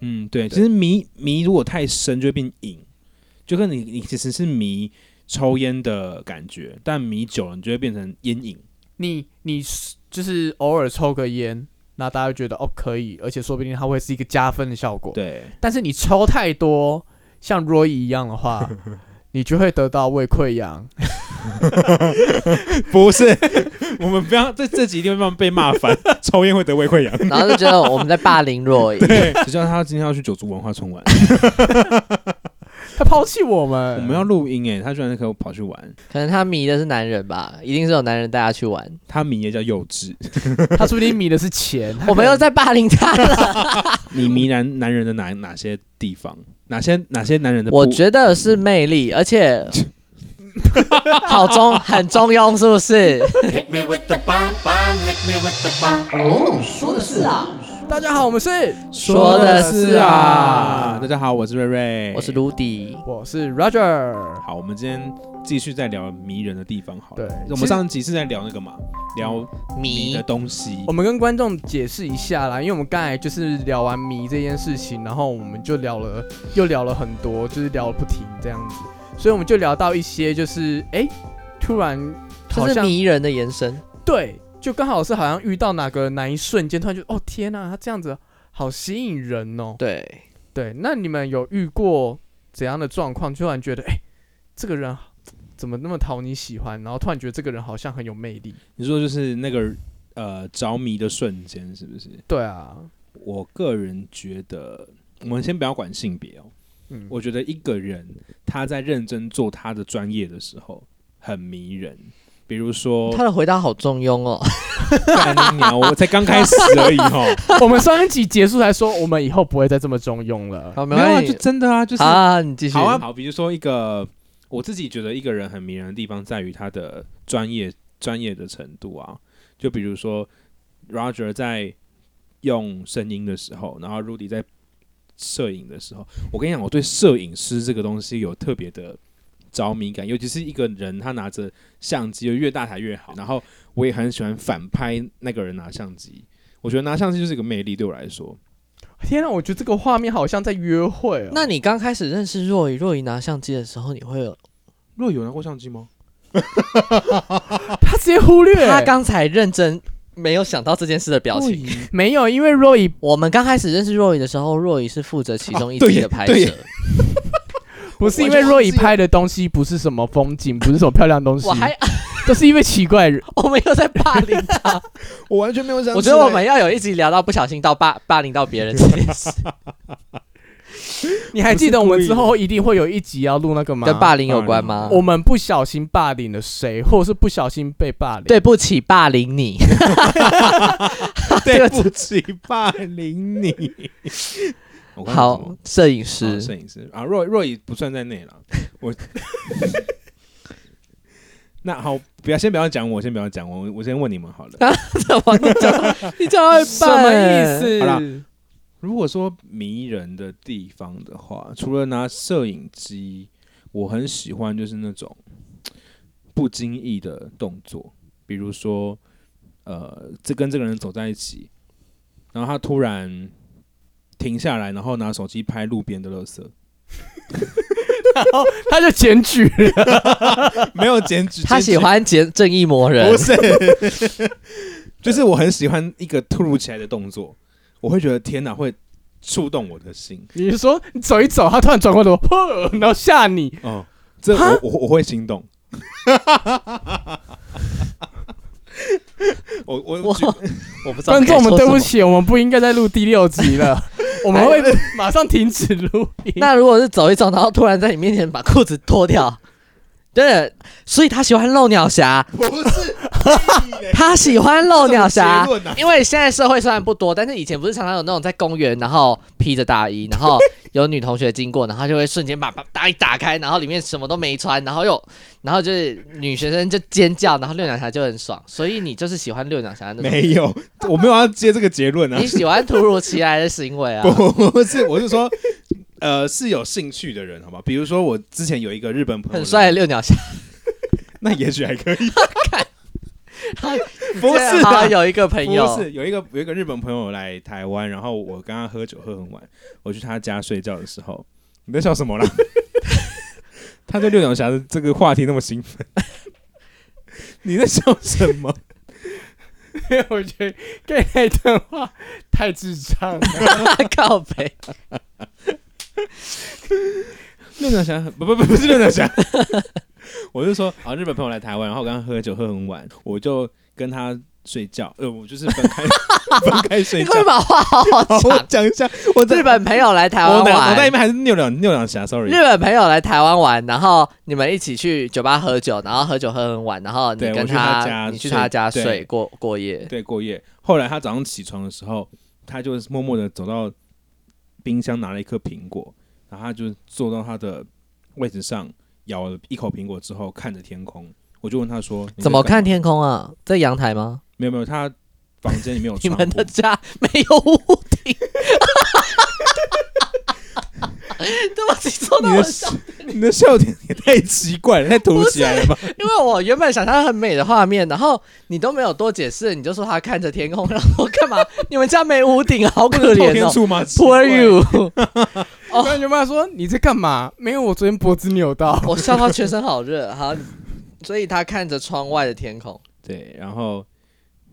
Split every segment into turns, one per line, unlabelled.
嗯，对，
对
其实迷迷如果太深就会变瘾，就跟你你其实是迷抽烟的感觉，但迷久了你就会变成烟瘾。
你你是就是偶尔抽个烟，那大家会觉得哦可以，而且说不定它会是一个加分的效果。
对，
但是你抽太多，像 Roy 一样的 话，你就会得到胃溃疡。
不是， 我们不要这这集一定会被骂烦， 抽烟会得胃溃 疡。
然后就觉得我们在霸凌若影。
对，只知道他今天要去九族文化村玩，
他抛弃我们，
我们要 录音哎，他居然可以跑去玩，
可能他迷的是男人吧，一定是有男人带他去玩。
他迷也叫幼 稚，
他说不定迷的是 钱。
我们又在霸凌他了。
你迷男男人的哪哪些地方？哪些哪些男人的部？
我觉得是魅力，而 且好中很中庸，是不是？
Hit me with the bomb bomb, hit me with the bomb.
大家好，我们是，
说的是啊
大家好，我是瑞瑞，
我是卢迪。
我是 Roger。
好，我们今天继续再聊迷人的地方好了。
对
我们
其实
上集是在聊那个嘛，聊迷
迷
的东西
我。们跟观众解释一下啦，因为我们刚才就是聊完迷这件事情，然后我们就聊了，又聊了很多，就是聊了不停这样子，所以我们就聊到一些就是哎、诶突然好
这是
像
迷人的延伸。
对，就刚好是好像遇到哪个哪一瞬间，突然就哦天呐、他这样子好吸引人哦。
对，
对，那你们有遇过怎样的状况，突然觉得哎、诶这个人怎么那么讨你喜欢，然后突然觉得这个人好像很有魅力？
你说就是那个呃着迷的瞬间，是不是？
对啊，
我个人觉得，我们先不要管性别哦。
嗯，
我觉得一个人他在认真做他的专业的时候，很迷人。比如说，
他的回答好中庸哦。
干你娘，我才刚开始而已哦哈。
我们上一集结束才说，我们以后不会再这么中庸 了。
好，没
没有啊，
关
就
系。
真的啊，就是
好啊，你继续。
好啊，好，比如说一个我自己觉得一个人很迷人的地方在于他的专业专业的程度啊，就比如说 Roger 在用声音的时候，然后 Rudy 在摄影的时候，我跟你讲，我对摄影师这个东西有特别的。着迷感，尤其是一个人他拿着相机，越大台越好。然后我也很喜欢反拍那个人拿相机，我觉得拿相机就是一个魅力，对我来说。
天啊，我觉得这个画面好像在约会哦。
那你刚开始认识若雨，若雨拿相机的时候，你会有
若有拿过相机吗？
他直接忽略
他刚才认真没有想到这件事的表情。
没有，因为 Roy
我们刚开始认识若雨的时候，若雨是负责其中一
啊对
集
耶
的拍
对
摄
耶，
不是因为 Roy 拍的东西不是什么风景，不是什么漂亮东西
我，还
都是因为奇怪人。
我没有在霸 凌他。
我完全没有想
我觉得我们要有一集聊到不小心到霸霸凌到别人这件 事，
你还记得我
不
们
是故意
之
的
后一定会有一集要录那个吗？
跟霸凌有 关吗？
我们不小心霸凌了谁，或者是不小心被霸凌。
对不起，霸凌你。
对不起，霸凌你。我刚刚
好，摄影
讲什么，啊
师，
摄影师啊，若若雨不算在内了。 我那好，不要先不要讲我，先不要讲我，我先问你们好了。
怎么你讲？你讲到一半
什么意？
好
思
啦？如果说迷人的地方的话，除了拿摄影机，我很喜欢就是那种不经意的动作，比如说，呃，这跟这个人走在一起，然后他突然停下来，然后拿手机拍路边的垃 圾，
他就检 举了，
没有剪纸，
他
剪纸
喜欢正正义魔人
不，是， 就是我很喜欢一个突如其来的动作，我会觉得天哪，会触动我的心。
你是说你走一走，他突然转过头，呵， 然后吓你，
哦，这我我我会心动。我我
我
举
我不知道
观众
该
们，
说
对不
什么。
起，我们不应该再录第六集了， 我们
哎
会马上停止录 音。
那如果是走一走，然后突然在你面前把裤子脱掉，对，所以他喜欢露鸟侠，
不 是
他喜欢露 鸟侠
这种结论啊，
因为现在社会虽然不多，但是以前不是常常有那种在公园，然后披着大衣，然后有女同学经过，然后就会瞬间把把大衣打开，然后里面什么都没穿，然后又，然后就是女学生就尖叫，然后六鸟侠就很爽，所以你就是喜欢六鸟侠的那种，
没有，我没有要接这个结论啊
你。喜欢突如其来的行为啊，
不是，我是说，呃，是有兴趣的人，好吧？比如说，我之前有一个日本朋友，
很帅的，六鸟侠，
那也许还可以。
然后
不是
好
啊
像有一个朋
不
友，
是有一个有一个日本朋友来台湾，然后我跟他喝酒喝很晚，我去他家睡觉的时候，你在笑什么啦？ 他对六角侠的这个话题那么兴奋，你在笑什么？
我觉得 gay 那一段话太智障了。
靠北，
六角侠不不不不是六角侠， 我是说啊，日本朋友来台湾，然后我跟他喝酒喝很晚，我就跟他睡觉，呃，我就是分开分开睡
你
觉
会。把 话好好
好，我
讲。
讲一下，我在
日本朋友来台
我
湾
脑脑袋里
玩，
面还是六两六两侠，sorry，
日本朋友来台湾玩，然后你们一起去酒吧喝酒，然后喝酒喝很晚，然后你
对
跟
我去他家
你去
睡
他家
对
睡过过夜，
对，过夜。后来他早上起床的时候，他就默默的走到冰箱拿了一颗苹果，然后他就坐到他的位置上，咬了一口苹果之后，看着天空。我就问他说：“你在
怎么
干嘛
看？天空啊？在阳台吗？
没有没有，他房间里面有
你
窗
们
户
的。家没有屋顶。 对不起，说到
你
我
的
笑，
笑你的笑点也太奇怪了，太突如其来 了吧？
因为我原本想象很美的画面，然后你都没有多解释，你就说他看着天空，然 后干嘛？你们家没屋顶，好
透
可怜
天
哦
柱吗
，Poor you！哦
我跟舅妈说你在干嘛？没有，我昨天脖子扭到。
我笑到全身好热，好，所以他看着窗外的天空，
对，然后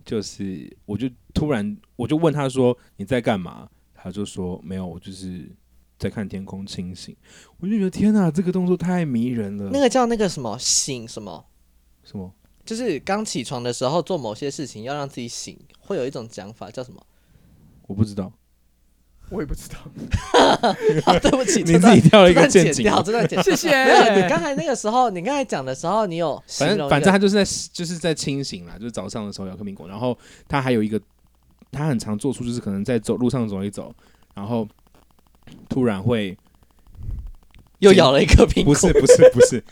就是我就突然我就问他说你在干嘛？他就说没有，我就是在看天空清醒。我就觉得天哪，这个动作太迷人了。
那个叫那个什么醒什么，
什么？
就是刚起床的时候做某些事情要让自己醒，会有一种讲法叫什么？
我不知道，
我也不知道。
啊对不起，
你
这
自
段
己跳了一个
这段
陷
剪
阱。
掉，这段 剪掉。
谢谢。
没有，你刚才那个时候，你刚才讲的时候，你有形
反
容
正
一
反
个
正他就是在就是在清醒啦，就是早上的时候咬颗苹果，然后他还有一个他很常做出就是可能在走路上走一走，然后突然会
又咬了一颗苹
不
果，
是不是不 是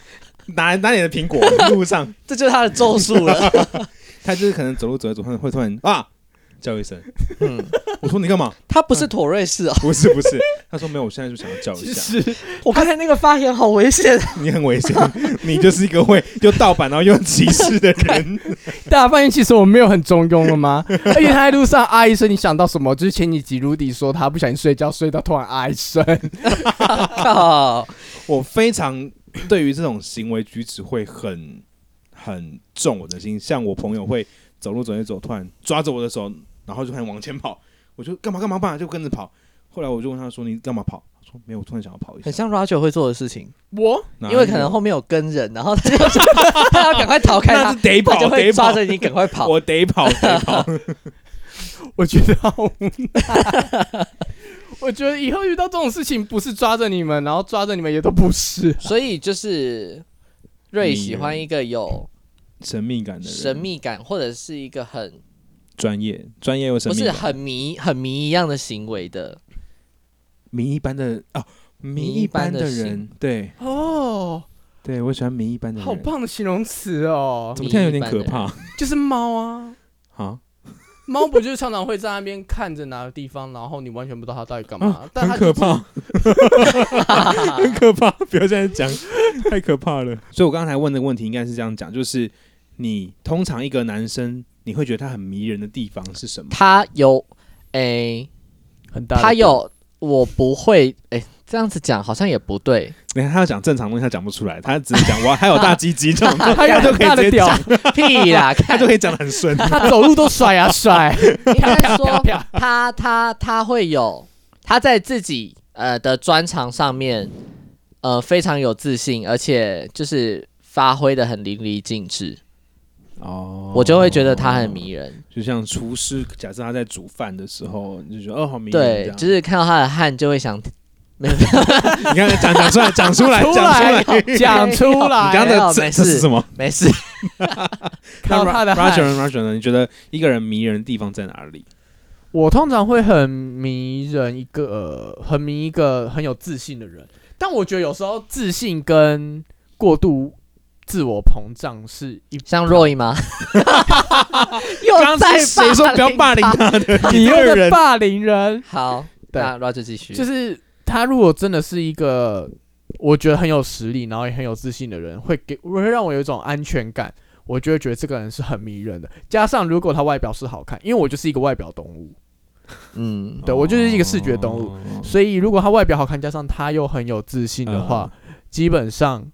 哪哪里的苹果路上
这就是他的咒术 了。
他就是可能走路走一走，会会突然啊 叫一声。
嗯，
我说你干嘛？
他不是妥瑞氏哦，
不是不是，他说没有，我现在就想要叫一
其
下。
实
我刚才那个发言好危险，
你很危险， 你就是一个会又盗版然后又歧视的 人。
大家发现，其实我没有很中庸了 吗？而且他在路上啊一声，你想到什么？就是前几集 Rudy 说他不小心睡觉，睡到突然啊一声。
啊
靠，
我非常对于这种行为举止会很很重我的心，像我朋友会走路走一走，突然抓着我的手，然后就很往前跑，我就干嘛干嘛干嘛就跟着跑。后来我就问他说你干嘛跑？他说没有，我突然想要跑一下
很，像 Roger 会做的事情，
我
哪
因为可
有
能后面有跟人，然后他就 他要赶快逃开
那
他
是。得
他
跑，
就会
得
抓
跑
着，你赶快跑，
我得跑得 跑。
我觉得好无奈。我觉得以后遇到这种事情，不是抓着你们，然后抓着你们也都不是。
所以就是瑞
迷
喜欢
人
一个有
神秘感的人，
神秘感，或者是一个很
专业，专业又神
不
秘
是
感，
很迷很迷一样的行为的，
迷一般的哦，迷
迷一
一般
般的
的
心
人，对
哦，
对，我喜欢迷一般的人，
好，棒的形容词哦，
怎么现在有
迷一
点
般的
可怕
就是猫 啊。
啊？
猫不就是常常会在那边看着哪个地方，然后你完全不知道它到底干嘛，
啊
但
很
它
可
就
怕， 很可怕，不要这样讲，太可怕了。所以我刚才问的问题应该是这样讲，就是你通常一个男生，你会觉得他很迷人的地方是什么？
他有诶、
很大的
他有我不会诶、这样子讲好像也 不对，
你看他要讲正常东西，他讲不出来，他只是讲哇，还 有大鸡鸡这种，
它有
就可以
大
直
的
接
屌，
讲，
屁啦，
他
看
就可以讲的很顺。
它走路都甩啊甩，
应该说
啪
他他他会有他在自己呃的专长上面呃非常有自信，而且就是发挥的很淋漓尽致，
哦
我就会觉得他很迷人。
就像厨师，假设他在煮饭的时候，你就觉得哦，好迷人。
对，就
这样
是看到他的汗就会想，没有
你看讲讲出来，讲出来，讲出来。
出来，讲出
你刚刚
来，
没有
的这
没
这是
事
什么？
没事，
看到他的
r o g e
汗。
r r o g e r 呢？你觉得一个人迷人的地方在哪里？
我通常会很迷人一个、呃很迷一个很有自信的人，但我觉得有时候自信跟过度自我膨胀是一。
像 Roy 吗？
刚
又
刚
在
是谁说不要霸凌他
他？
的？这
你又
个
在
人
霸凌人，
好，
对
那 Roger 继续，
就是他如果真的是一个我觉得很有实力，然后也很有自信的人，会给我会让我有一种安全感。我就会觉得这个人是很迷人的。加上如果他外表是好看，因为我就是一个外表动物，
嗯，
对我就是一个视觉动物
哦
所以如果他外表好看，加上他又很有自信的
嗯
话，基本上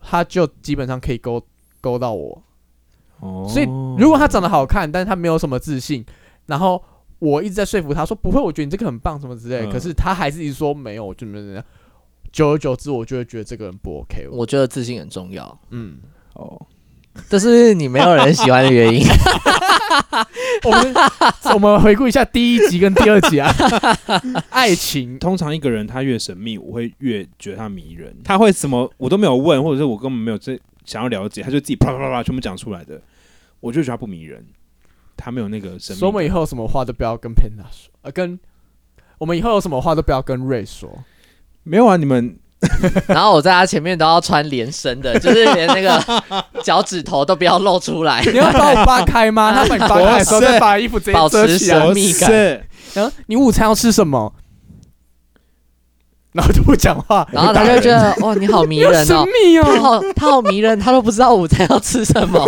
他就基本上可以勾勾到我。
哦
所以如果他长得好看，但是他没有什么自信，然后我一直在说服他说不会，我觉得你这个很棒什么之类的，
嗯
可是他还是一直说没有，我就怎么怎么样。久而久之，我就会觉得这个人不 OK 我。
我觉得自信很重要，
嗯，
哦，
这是你没有人喜欢的原因。
我们我们回顾一下第一集跟第二 集啊，爱情
通常一个人他越神秘，我会越觉得他迷人。他会什么我都没有问，或者是我根本没有这想要了解，他就自己啪啪啪啪全部讲出来的，我就觉得他不迷人，他没有那个神秘
所以我们以
感。
后有什么话都不要跟 Panda 说，呃，跟我们以后有什么话都不要跟瑞说。
没有啊，你们
然后我在他前面都要穿连身的，就是连那个脚趾头都不要露 出来，
你要把我扒开 吗？他把你扒开的时候，
不是
再把衣服直接
保
遮
持
起来
神。
不
秘感
是
然后你午餐要吃什么？然后就不讲话，
然后大家就觉得哇，你好迷
有
人
神
哦。
秘
他
哦。
好，他好迷人，他都不知道午餐要吃什么。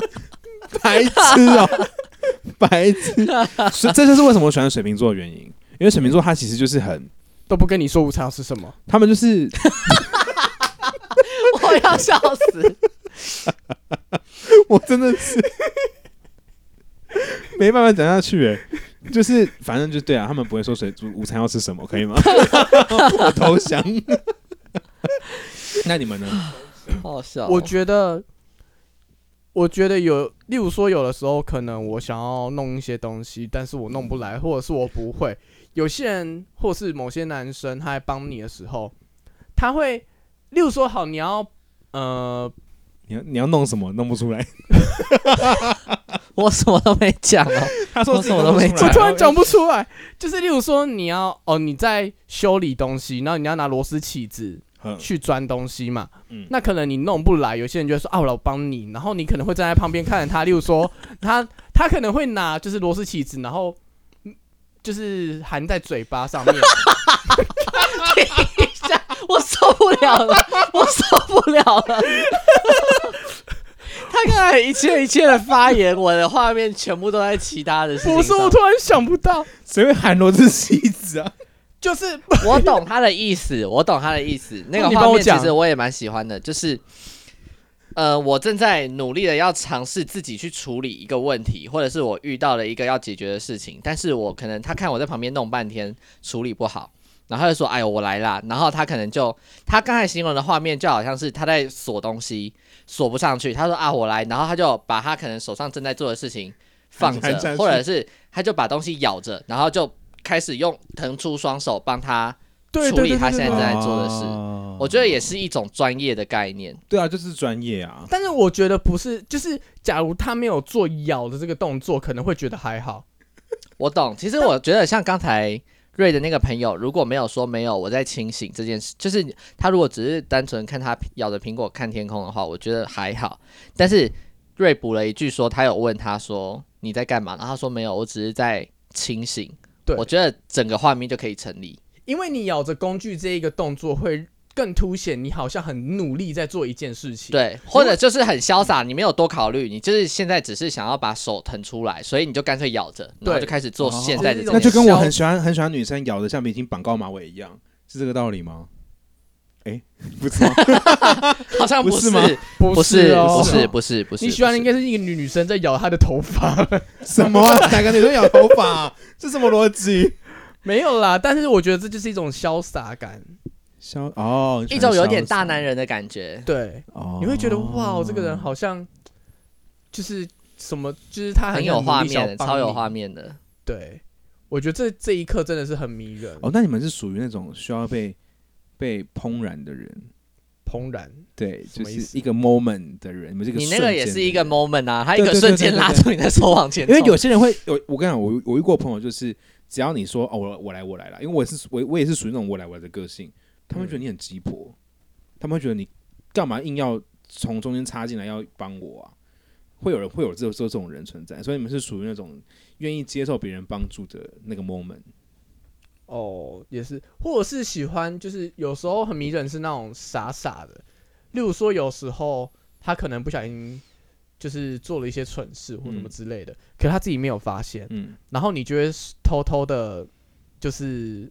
白痴哦， 白痴，所以这就是为什么我喜欢水瓶座的原因，因为水瓶座他其实就是很，
都不跟你说午餐要吃什么，
他们就是
我要笑死！
我真的是 没办法讲下去哎，就是反正就对啊，他们不会说水煮午餐要吃什么，可以吗？ 我投降。 那你们呢？
好笑哦、
我觉得，我觉得有，例如说，有的时候可能我想要弄一些东西，但是我弄不
嗯
来，或者是我不会。有些人，或是某些男生，他在帮你的时候，他会，例如说，好，你要，呃，
你要你要弄什么？弄不出来。
我什么都没讲哦。
他说自己
我
弄不
什么都没
出
我
来
讲
突然讲不出来， 就是例如说，你要，哦，你在修理东西，然后你要拿螺丝起子，
嗯
去钻东西嘛，
嗯
那可能你弄不来，有些人就会说啊，我来帮你，然后你可能会站在旁边看着他，例如 说他他可能会拿就是螺丝起子，然后嗯就是含在嘴巴上面，
等一下，我受不了了，我受不了了。 他刚才一切一切的发言，我的画面全部都在其他的事
不
情
是
上。
我突然想不到，
谁会喊罗志妻子啊？
就是
我懂他的意思， 我懂他的意思。那个
你帮
画
我
面其
讲
实我也蛮喜欢的，就是，呃，我正在努力的要尝试自己去处理一个问题，或者是我遇到了一个要解决的事情，但是我可能他看我在旁边弄半天处理不好，然后他就说：“哎呦，我来啦。”然后他可能就他刚才形容的画面就好像是他在锁东西锁不上去，他说：“啊，我来。”然后他就把他可能手上正在做的事情放
还 还占
着，
据
或者是他就把东西咬着，然后就开始用腾出双手帮他。
对
处
对
理
对
他
对
现
对
在正
对，
在做的事
哦
我觉得也是一种专业的概念。
对啊，就是专业啊。
但是我觉得不是，就是假如他没有做咬的这个动作，可能会觉得还好，
我懂，其实我觉得像刚才瑞的那个朋友，如果没有说没有我在清醒这件事，就是他如果只是单纯看他咬着苹果看天空的话，我觉得还好。但是瑞补了一句说他有问他说你在干嘛，然后他说没有，我只是在清醒。
对
我觉得整个画面就可以成立。
因为你咬着工具这一个动作会更凸显你好像很努力在做一件事情，
对，或者就是很潇洒，你没有多考虑，你就是现在只是想要把手腾出来，所以你就干脆咬着，然
对
后就开始做
哦
现在
就是
的
一
这
种
那
件
就
事。
跟我很喜欢很喜欢女生咬的橡皮筋绑高马尾一样，是这个道理吗？哎，不 是吗？
好像
不是
是
吗
不
不是
哦
不是不是不是，
你喜欢的应
不是
该是一个女女生在咬她的头发，
什么啊？哪个女生咬头发啊、这什么逻辑？
没有啦。但是我觉得这就是一种潇洒感，
消哦，你喜
一
欢
种有点
潇洒
大男，人的感觉。
对，
哦
你会觉得哇，这个人好像就是什么，就是他
很
像
有画
努力想
面
要
的，
帮
超有
你
画。面的。
对，我觉得这这一刻真的是很迷人，
哦。那你们是属于那种需要被被怦然的人，
怦然。
对，
什
就
么意思
是一个 moment 的人，你们这个
你那个
瞬
也
间
是
的
一个
人
moment 啊，他一
对
个
对对
瞬
对
间
对
拉
对
住你的手往前
因
冲，
为有些 人会有，我跟你讲，我我遇过朋友就是，只要你说哦，我我来我来了，因为我是我我也是属于那种我来我来的个性，他
嗯
们会觉得你很鸡婆，他们会觉得你干嘛硬要从中间插进来要帮我啊？会有人会有这这这种人存在，所以你们是属于那种愿意接受别人帮助的那个 moment。
哦，也是，或者是喜欢，就是有时候很迷人是那种傻傻的，例如说有时候他可能不小心就是做了一些蠢事或什么之类的，可他自己没有发现，
嗯，
然后你就会偷偷的，就是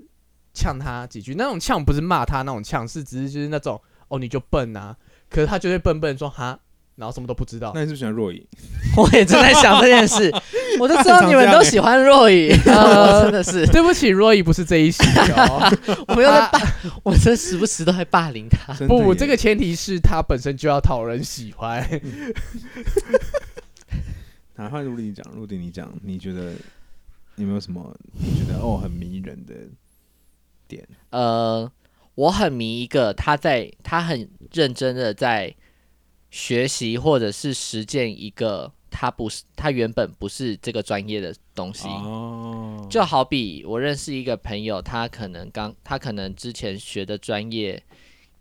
呛他几句。那种呛不是骂他那种呛，是只是就是那种哦你就笨啊，可是他就会笨笨地说哈，然后什么都不知道。
那你是不是喜欢若隐？
我也正在想这件事， 我就知道你们都喜欢若 雨，啊我真的 是，
对不起，若依不是这一期哦。
我又在霸，我真时不时都在霸凌他。
真的
啊不，
耶
这个前提是他本身就要讨人喜欢。
哪怕陆地你讲，陆地你讲，你觉得有没有什么你觉得哦很迷人的 点？
呃，我很迷一个他在他很认真的在学习或者是实践一个他不是他原本不是这个专业的东西。
哦，
就好比我认识一个朋友，他可能刚他可能之前学的专业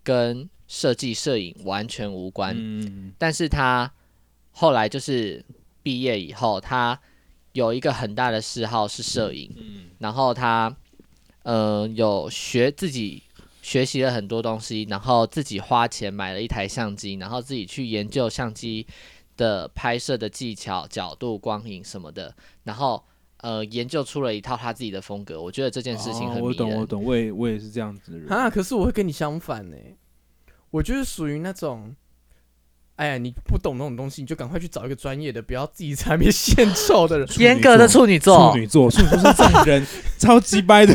跟设计摄影完全无关，
嗯
但是他后来就是毕业以后，他有一个很大的嗜好是摄影，
嗯
然后他呃有学自己学习了很多东西，然后自己花钱买了一台相机，然后自己去研究相机的拍摄的技巧、角度、光影什么的，然后呃研究出了一套他自己的风格。我觉得这件事情很
哦我
迷
懂
人。
我懂，我也我也是这样子的人
啊，可是我会跟你相反呢、我就是属于那种，哎呀，你不懂那种东西，你就赶快去找一个专业的，不要自己在那边献臭 的人。
严格的处女座
处，女座，处女座是这样的人，超级掰的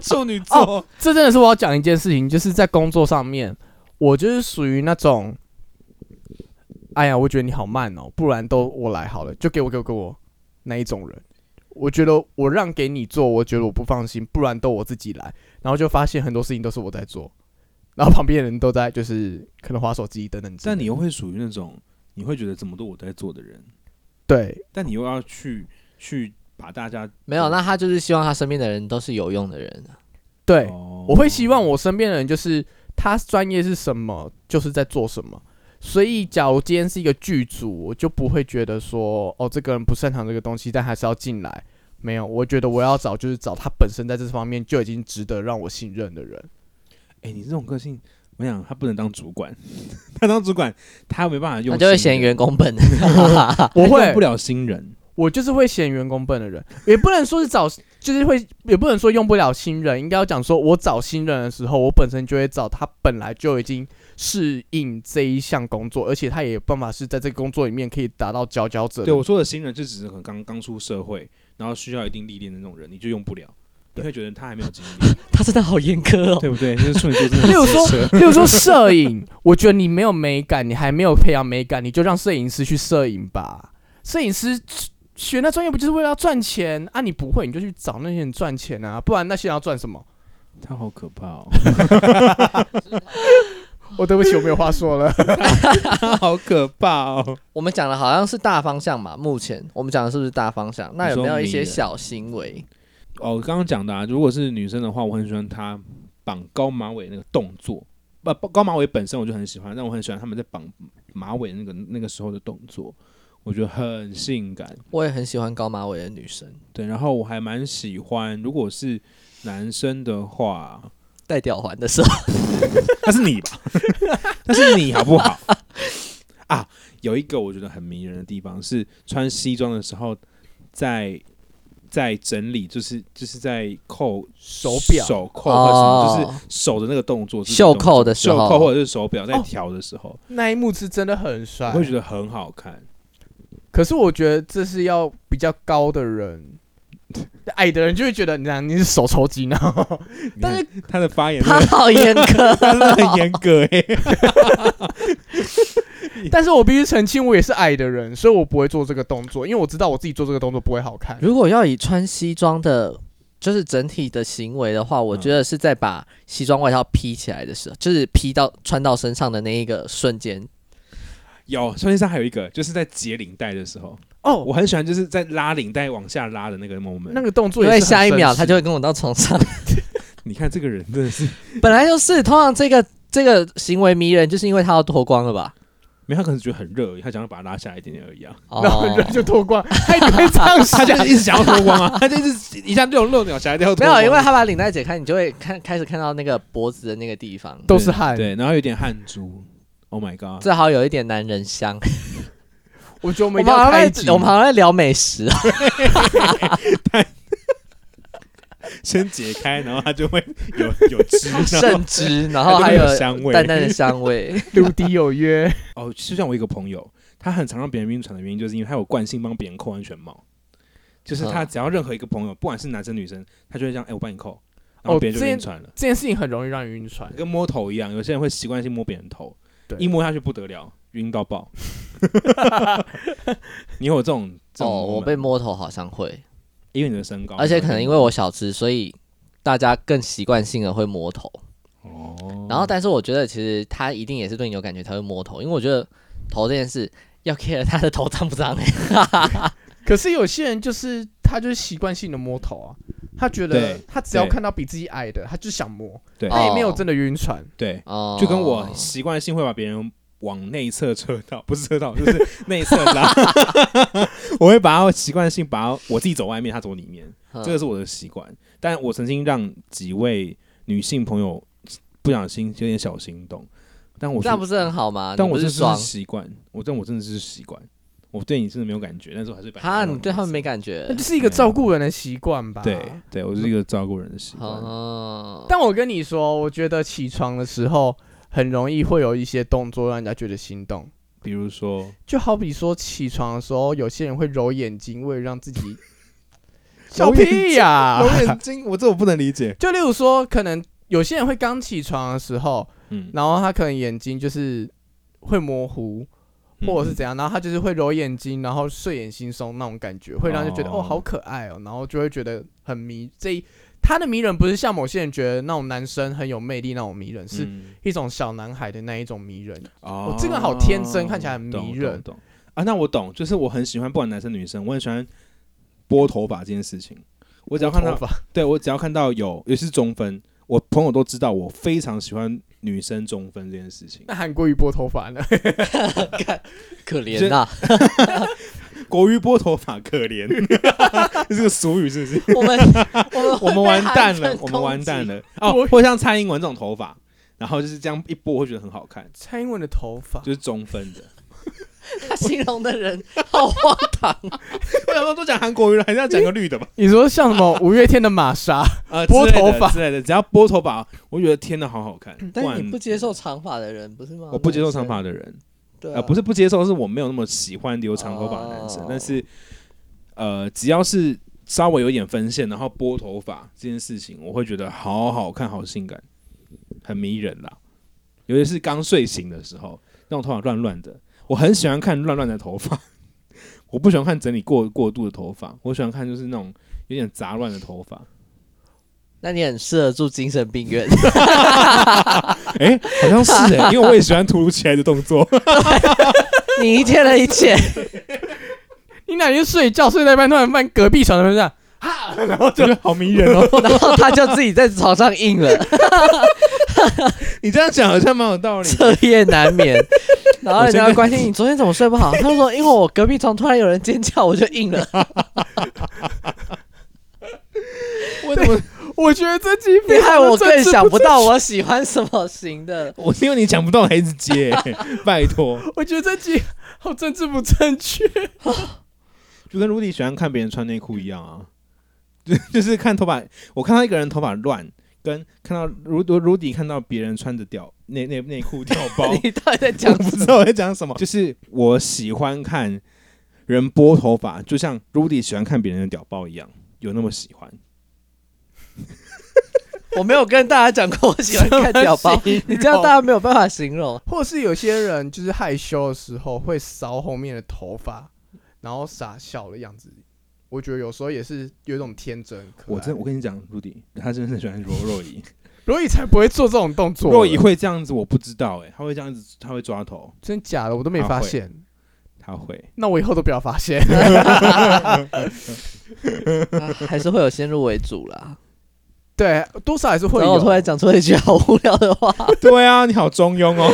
处女座。
这真的是我要讲一件事情，就是在工作上面，我就是属于那种，哎呀，我觉得你好慢哦，不然都我来好了，就给我给我给我那一种人。我觉得我让给你做，我觉得我不放心，不然都我自己来，然后就发现很多事情都是我在做，然后旁边的人都在就是可能划手机等等之类的。
但你又会属于那种你会觉得怎么都我在做的人，
对
但你又要去去把大家
没有，那他就是希望他身边的人都是有用的人。
对，
哦
我会希望我身边的人就是他专业是什么，就是在做什么。所以，假如今天是一个剧组，我就不会觉得说，哦，这个人不擅长这个东西，但还是要进来。没有，我觉得我要找就是找他本身在这方面就已经值得让我信任的人。
哎、你这种个性，我想他不能当主管， 他当主管他没办法用心
他
人，
就会嫌员工 笨，
我
他
会
用不，了新人，
我就是会嫌员工笨的人， 也不能说是找，就是会，也不能说用不了新人，应该要讲说，我找新人的时候，我本身就会找他本来就已经适应这一项工作，而且他也有办法是在这个工作里面可以达到佼佼者的
对我说的新人，就只是可能刚刚出社会，然后需要一定历练的那种人，你就用不了，你会觉得他还没有经历，
他真的好严苛哦。
对不对？就是处女座真的
例如
是
说
蛇，
例如说摄影，我觉得你没有美感，你还没有培养美感，你就让摄影师去摄影吧。摄影师学那专业不就是为了要赚钱啊？你不会，你就去找那些人赚钱啊，不然那些人要赚什么？
他好可怕哦，
我哦对不起，我没有话说了。
他好可怕哦。
我们讲的好像是大方向嘛，目前我们讲的是不是大方向？那有没有一些
你说迷人
小行为？
哦，刚刚讲的啊，如果是女生的话，我很喜欢她绑高马尾那个动作，不不高马尾本身我就很喜欢，但我很喜欢他们在绑马尾那个那个时候的动作，我觉得很性感。
我也很喜欢高马尾的女生，
对，然后我还蛮喜欢，如果是男生的话，
戴吊环的时候，
那是你吧？那是你好不好？ 啊，有一个我觉得很迷人的地方是穿西装的时候在，在整理，就是就是在扣
手表
手扣或者什么，
哦
就是手的那个动作，是
袖
动作
扣的时候
袖扣或者是手表在
哦
调的时候，
那一幕是真的很
我
帅，
会觉得很好看。
可是我觉得这是要比较高的人。 矮的人就会觉得你看你是手抽筋啊，但是
你看他的发言真
他
的，
好严 苛。
他真的很严格哎、
但是我必须澄清，我也是矮的人，所以我不会做这个动作，因为我知道我自己做这个动作不会好看。
如果要以穿西装的，就是整体的行为的话，我觉得是在把西装外套披起来的时候，就是披到穿到身上的那一个瞬间。
有，穿先上还有一个，就是在解领带的时候，
哦，
我很喜欢就是在拉领带往下拉的那个 moment。
那个动作
因
也
为
是很
下一秒
绅士
他就会跟我到床上。
你看这个人真的是，
本来就是，通常这个这个行为迷人，就是因为他要脱光了 吧？
没有他可能觉得很热而已，他想要把它拉下来一点点而已 啊。
哦
然 后人就脱光，他也会这样
他就
想。
一直想要脱光 啊，他就一直一下就有漏鸟侠掉
没有，因为他把领带解开，你就会看开始看到那个脖子的那个地方。
都是汗
对，然后有点汗珠。Oh my god！
正好有一点男人香，
我觉得我
我
们一定
们好
要
像
开
在
一集，
我们好像在聊美食啊，
先解开，然后它就会有有汁，然后
甚至然
它
后
就
还
会
有
有香味。
淡淡的香味。
无敌有约，
哦，就像我一个朋友，他很常让别人晕船的原因，就是因为他有惯性帮别人扣安全帽，就是他
嗯
只要任何一个朋友，不管是男生女生，他就会这样，哎、我帮你扣，然
哦
后别人就
这
晕船了，
这件事情很容易让人 晕船。
跟摸头一样，有些人会习惯性摸别人头，
对
一摸下去不得了，晕到爆。你有这种这种哦
哦，我
moment
被，摸头好像会，
因为你的身高，
而且可能因为我小只，所以大家更习惯性的会摸头。
哦，
然后，但是我觉得其实他一定也是对你有感觉，才会摸头，因为我觉得头这件事要 care 他的头脏不脏、欸。
可是有些人就是他就是习惯性的摸头啊，他觉得
对
他只要
对
看到比自己矮的，他就想摸，
对
他也没有
哦
真的晕船。
对，
哦，
就跟我习惯性会把别人往内侧车道，不是车道，就是内侧拉。 我会把他习惯性把他我自己走外面，他走里面，
嗯
这个是我的习惯。但我曾经让几位女性朋友不小心有点小心动，但我
这样不是很好吗？
但
啊你
我
不
这
是
是真的
爽
是习惯，我但我真的是习惯。我对你真的没有感觉，但是我还是把
哈，
让
你对他们没啊
内侧
感
那
觉
就。是一个照顾人的习惯吧。
对对，我是一个照顾人的习惯。
哦，
但我跟你说，我觉得起床的时候很容易会有一些动作让人家觉得心动，
比如 说，
就好比说起床的时候，有些人会揉眼睛，为了让 自己
揉
小
眼睛
屁呀、
啊
揉眼睛，我这我不能理解。
就例如说，可能有些人会刚起床的时候，
嗯，
然后他可能眼睛就是会模糊，
嗯
或者是怎样，然后他就是会揉眼睛，然后睡眼惺忪那种感觉，会让人觉得
哦
哦好可爱哦，然后就会觉得很迷。这一他的迷人不是像某些人觉得那种男生很有魅力那种迷人，是
嗯
一种小男孩的那一种迷人。
哦
这个好天真看起来很迷
懂
人
懂懂啊，那我懂，就是我很喜欢，不管男生女生，我很喜欢拨头发这件事情。我只要看
头
到，
发，
对我只要看到有，尤其是中分，我朋友都知道，我非常喜欢女生中分这件事 情。
那韩国瑜拨头 发呢？
可怜呐、
国语拨头发可怜， 这是个俗语是不是？
我们我们
我们完蛋了，我
我
们完蛋。了。
国
哦
语，
或像蔡英文这种头发，然后就是这样一拨，会觉得很好看，
蔡英文的头发，
就是中分的。
他形容的人好荒 唐，
我想说都讲韩国语了，还是要讲个绿的吧？
你说像什么五月天的玛莎？
呃，
拨
之类的
头发
之类的，只要拨头发，我觉得天呐，好好看。
但
然
是你不接受长发的人不是吗？
我不接受长，发的人，
对啊、
呃，不是不接受，是我没有那么喜欢留长头发的男生
哦。
但是，呃，只要是稍微有点分线，然后拨头发这件事情，我会觉得好好看，好性感，很迷人啦。尤其是刚睡醒的时候，那种头发乱乱的，我很喜欢看乱乱的头发。 我不喜欢看整理过过度的头发，我喜欢看就是那种有点杂乱的头发。
那你很适合住精神病院，
哎、好像是哎、因为我也喜欢突如其来的动作。
你一切的一切，
你哪天睡觉睡到一半，突然发现隔壁床的人这样，
然后觉得好迷人哦。
然后他就自己在床上硬了，
你这样讲好像蛮有 道理。
彻夜 难眠。然后人家会关心你昨天怎么睡不好，他就说因为我隔壁床突然有人尖叫，我就 硬了。
我怎么
我觉得这几
你
遍
害我更想不到我喜欢什么型的。
我因为你讲不动还一直接、 拜托。
我觉得这集好政治不正确。
就跟 Rudy 喜欢看别人穿内裤一样啊， 就就是看头发。我看到一个人头发乱，跟看到如如 Rudy 看到别人穿着吊内内内裤吊 包，
你到底在讲
我不知道我在讲什么。就是我喜欢看人拨头发，就像 Rudy 喜欢看别人的屌包一样，有那么喜欢。
我没有跟大家讲过我喜欢
啊
看屌包， 你这样大家没有办法形
哦
容。
或是有些人就是害羞的时候会搔后面的头发，然后傻笑的样子，我觉得有时候也是有一种天真可爱。
我真我跟你讲，Rudy 他真的很喜欢罗若 仪，
若以才不会做这种动作，
若仪会这样子，我不知道哎、他会这样子，他会抓头，
真假的我都没发现，
他会。
那我以后都不要发 现。
啊还是会有先入为主 啦。
对，多少还是会
然后我
有。
突然讲出了一句好无聊的话，
对啊，你好中庸哦。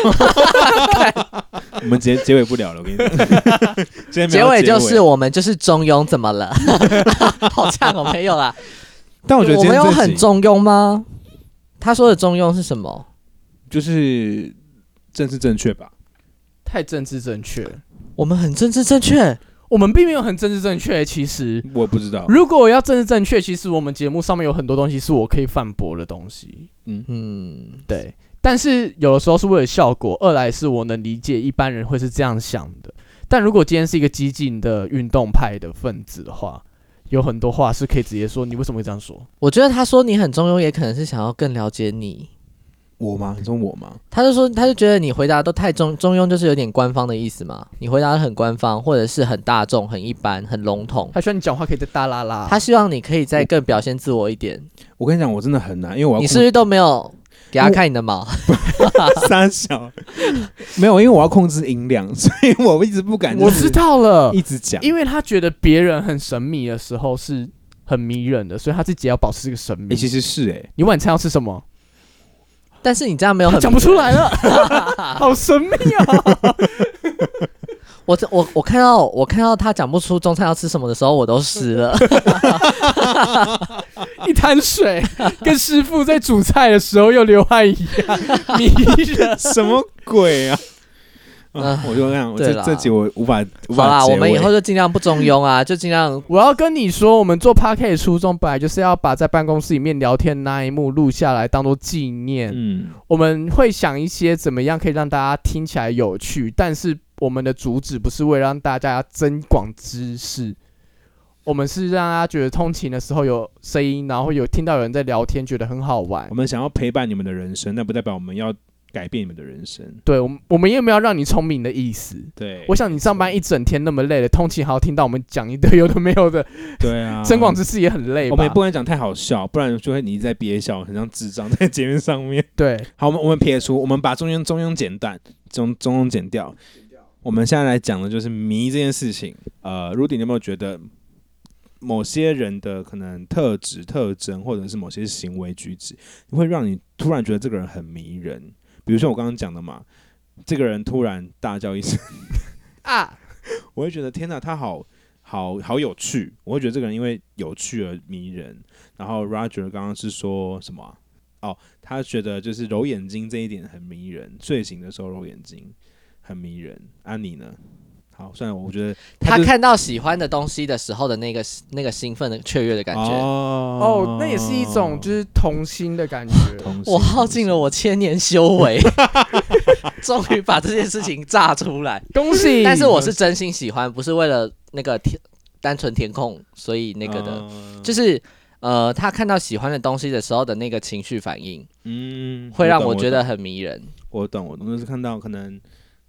我们结结尾不了了，我跟你讲， 今天 没
结
有
尾
尾
就是。我们就是中庸，怎么了？ 好呛哦，没有啦。
但我觉得
我
今
们
天
有
这
很
集
中庸吗？他说的中庸是什么？
就是政治正确吧。
太政治正确，
我们很政治正确，
我们并没有很政治正确，其实。
我不知道，
如果我要政治正确，其实我们节目上面有很多东西是我可以反驳的东西，
嗯，
嗯，
对。但是有的时候是为了效果，二来是我能理解一般人会是这样想的。但如果今天是一个激进的运动派的分子的话，有很多话是可以直接说，你为什么会这样说？
我觉得他说你很中庸，也可能是想要更了解你。
我吗？你说我吗？
他就说，他就觉得你回答都太中中庸，就是有点官方的意思嘛。你回答的很官方，或者是很大众、很一般、很笼统。
他希望你讲话可以再大啦啦。
他希望你可以再更表现自我一点。
我跟你讲，我真的很难，因为我要
你
控
是不是都没有给他看你的毛？
三小，没有，因为我要控制音量， 所以我一直不敢，
我知道了，
一直讲，
因为他觉得别人很神秘的时候是很迷人的，所以他自己要保持这个神秘。
哎，其实是哎，
你晚餐要吃什么？
但是你这样没有很啊
讲不出来了，好神秘 啊！
我这我我看到我看到他讲不出中餐要吃什么的时候，我都湿了。
一滩水，跟师傅在煮菜的时候又流汗一样，迷人。
什么鬼啊？啊
啊，
我就这样，我
对
这
啦
这集我无法无
好
法
啦，
结
我们以
尾
后就尽量不中庸啊，就尽量
我要跟你说，我们做 p a r k 的初衷本来就是要把在办公室里面聊天那一幕录下来，当做纪念。
嗯，
我们会想一些怎么样可以让大家听起来有趣，但是我们的主旨不是为了让大家增广知识，我们是让大家觉得通勤的时候有声音，然后有听到有人在聊天，觉得很好玩
我。们想要陪伴你们的人生，但不代表我们要改变你们的人生。
对，我们我们也没有让你聪明的意思。
对，
我想你上班一整天那么累了，通勤还要听到我们讲一堆有的没有的，
对 啊，
增广知识也很累吧。
我们也不敢讲太好笑，不然就会你一直在憋笑，很像智障在节目上面。
对，
好，我们我们撇除，我们把中庸中庸简短中中庸剪掉。我们现在来讲的就是迷这件事情。呃，Rudy，你有没有觉得某些人的可能特质、特征，或者是某些行为举止，会让你突然觉得这个人很迷人？比如说我刚刚讲的嘛，这个人突然大叫一声，
啊，
我会觉得天哪，他好好好有趣，我会觉得这个人因为有趣而迷人。然后 Roger 刚刚是说什么啊、哦，他觉得就是揉眼睛这一点很迷人，睡醒的时候揉眼睛很迷人。安、妮呢？好，算了，我觉得
他
就是
看到喜欢的东西的时候的那个那个兴奋的雀跃的感觉。
哦
哦，那也是一种就是童心的感觉。
同性
我耗尽了我千年修为， 终于把这件事情炸出来。
恭喜！
但是我是真心喜欢，不是为了那个填单纯填空，所以那个的，，
嗯
就是呃，他看到喜欢的东西的时候的那个情绪反应，
嗯，
会让
懂
我
我
觉
懂
得很迷人。
我懂，我懂，就是看到可能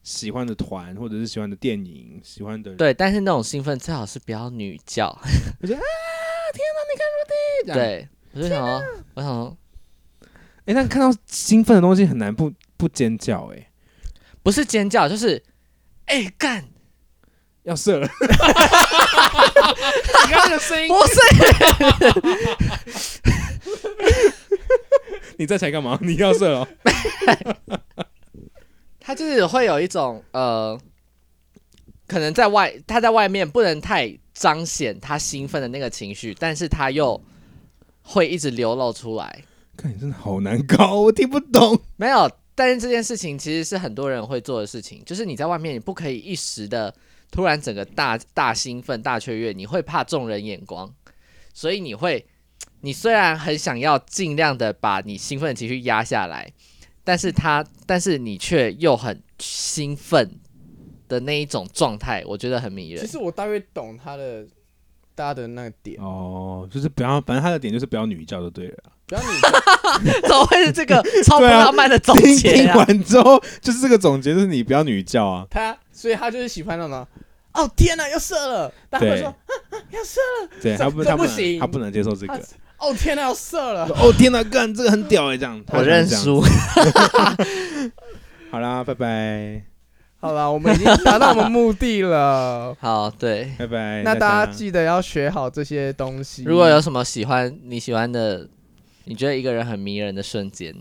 喜欢的团，或者是喜欢的电影，喜欢的人，
对，但是那种兴奋最好是不要女叫。
我觉得啊，天哪，你看 Rudy，这样
对，我就想说，我想说，
哎、但看到兴奋的东西很难不不尖叫、欸，哎，
不是尖叫，就是哎干，
要射了。 你刚刚的声音，
不是
你在才干嘛？你要射哦了？
他就是会有一种呃，可能在外他在外面不能太彰显他兴奋的那个情绪，但是他又会一直流露出来。
看你真的好难搞，我听不懂。
没有，但是这件事情其实是很多人会做的事情，就是你在外面你不可以一时的突然整个大大兴奋、大雀跃，你会怕众人眼光，所以你会，你虽然很想要尽量的把你兴奋的情绪压下来，但是他，但是你却又很兴奋的那一种状态，我觉得很迷
其
人。
实我大约懂他的大家的那个点，
哦，就是不要，反正他的点就是不要女叫就对了。
不要你
怎么会是这个超不
对啊
浪漫的总
听
结
听
啊？
完之后，就是这个总结，就是你不要女叫啊。
他，所以他就是喜欢那种。哦天哪，要射了！但他们
对
说啊
对他不，
这
他不
这不行
能，他不能接受这
他
个。
哦天哪，要射了。
哦天哪，干这个很屌哎、这样
我认。
他喜欢
输，。
这样好啦，拜拜，
好了，我们已经达到我们目的了
好，对。
拜拜。
哎那大
大
家记得要学好这些东西。
如果有什么喜欢你喜欢的，你觉得一个人很迷人的瞬间，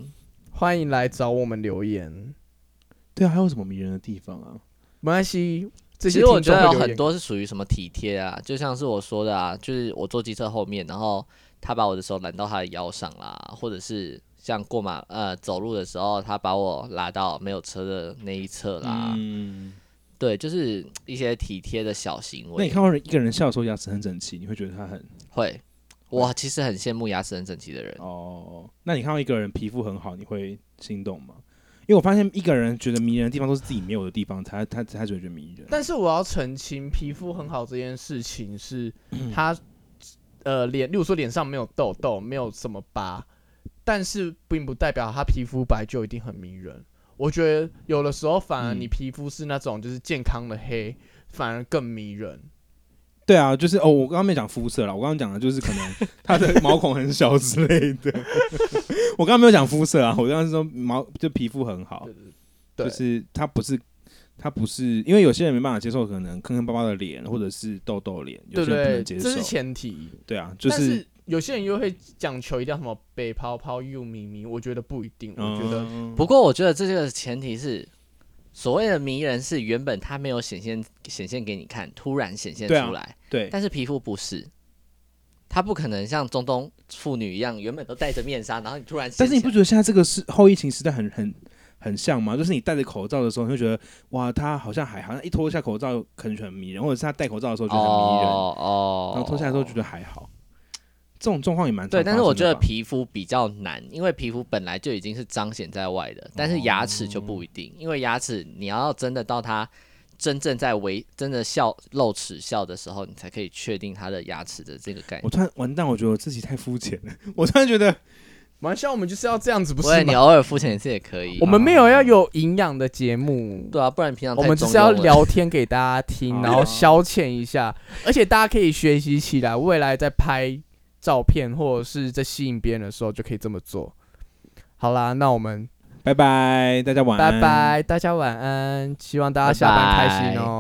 欢迎来找我们留言，
对啊，还有什么迷人的地方啊？
没关系。这
其
些
实我
听
觉
众
得
会
有
留
很
言
多是属于什么体贴啊，就像是我说的啊，就是我坐机车后面，然后他把我的手揽到他的腰上啦，或者是像过马呃走路的时候，他把我拉到没有车的那一侧啦，
嗯，
对，就是一些体贴的小行
那你
为。
看到人一个人笑的时候牙齿很整齐，你会觉得他很
会，我其实很羡慕牙齿很整齐的人。
哦。那你看到一个人皮肤很好，你会心动吗？因为我发现一个人觉得迷人的地方都是自己没有的地方，他他他才会觉得迷人。
但是我要澄清，皮肤很好这件事情是
嗯
他呃脸，例如说脸上没有痘痘，没有什么疤，但是并不代表他皮肤白就一定很迷人。我觉得有的时候反而
嗯
你皮肤是那种就是健康的黑，反而更迷人。
对啊，就是哦，我刚刚没讲肤色啦，我刚刚讲的就是可能他的毛孔很小之类 的。我刚刚没有讲肤色啊，我刚刚是说毛就皮肤很好，
对，
就是他不是他不是，因为有些人没办法接受可能坑坑巴巴的脸或者是痘痘脸，有
对
些人不
对，
能接受。
这是前提。
对啊，就
但是有些人又会讲求一定要什么北泡泡又咪咪，我觉得不一定。我觉得
嗯
不过我觉得这个前提是，所谓的迷人是原本他没有显现显现给你看，突然显现出
对啊
来，
对，
但是皮肤不是。他不可能像中东妇女一样，原本都戴着面纱，然后你突然
但
显现，
是你不觉得现在这个是后疫情时代很很很像吗？就是你戴着口罩的时候，你会觉得哇，他好像还好，像一脱下口罩可能就很迷人，或者是他戴口罩的时候觉得很迷人，
哦哦，
然后脱下来之后觉得还好。这种状况也蛮常
对，但是我觉
发生的
得
吧
皮肤比较难，因为皮肤本来就已经是彰显在外的，但是牙齿就不一
哦
定，因为牙齿你要真的到它真正在微真的笑露齿笑的时候，你才可以确定它的牙齿的这个概念
我。突然完蛋，我觉得我自己太肤浅了。 我突然觉得
玩笑我们就是要这样子，不
不然
是
你
吗？
偶尔肤浅一次也可以。啊
我们没有要有营养的节目。
对啊，不然平常
我
太
们只
中
是要
庸了
聊天给大家听，
啊
然后消遣一下，而且大家可以学习起来，未来在拍照片或者是在吸引别人的时候就可以这么做。好啦，那我们
拜拜，大家晚安，
拜拜，大家晚安，希望大家下班开心哦。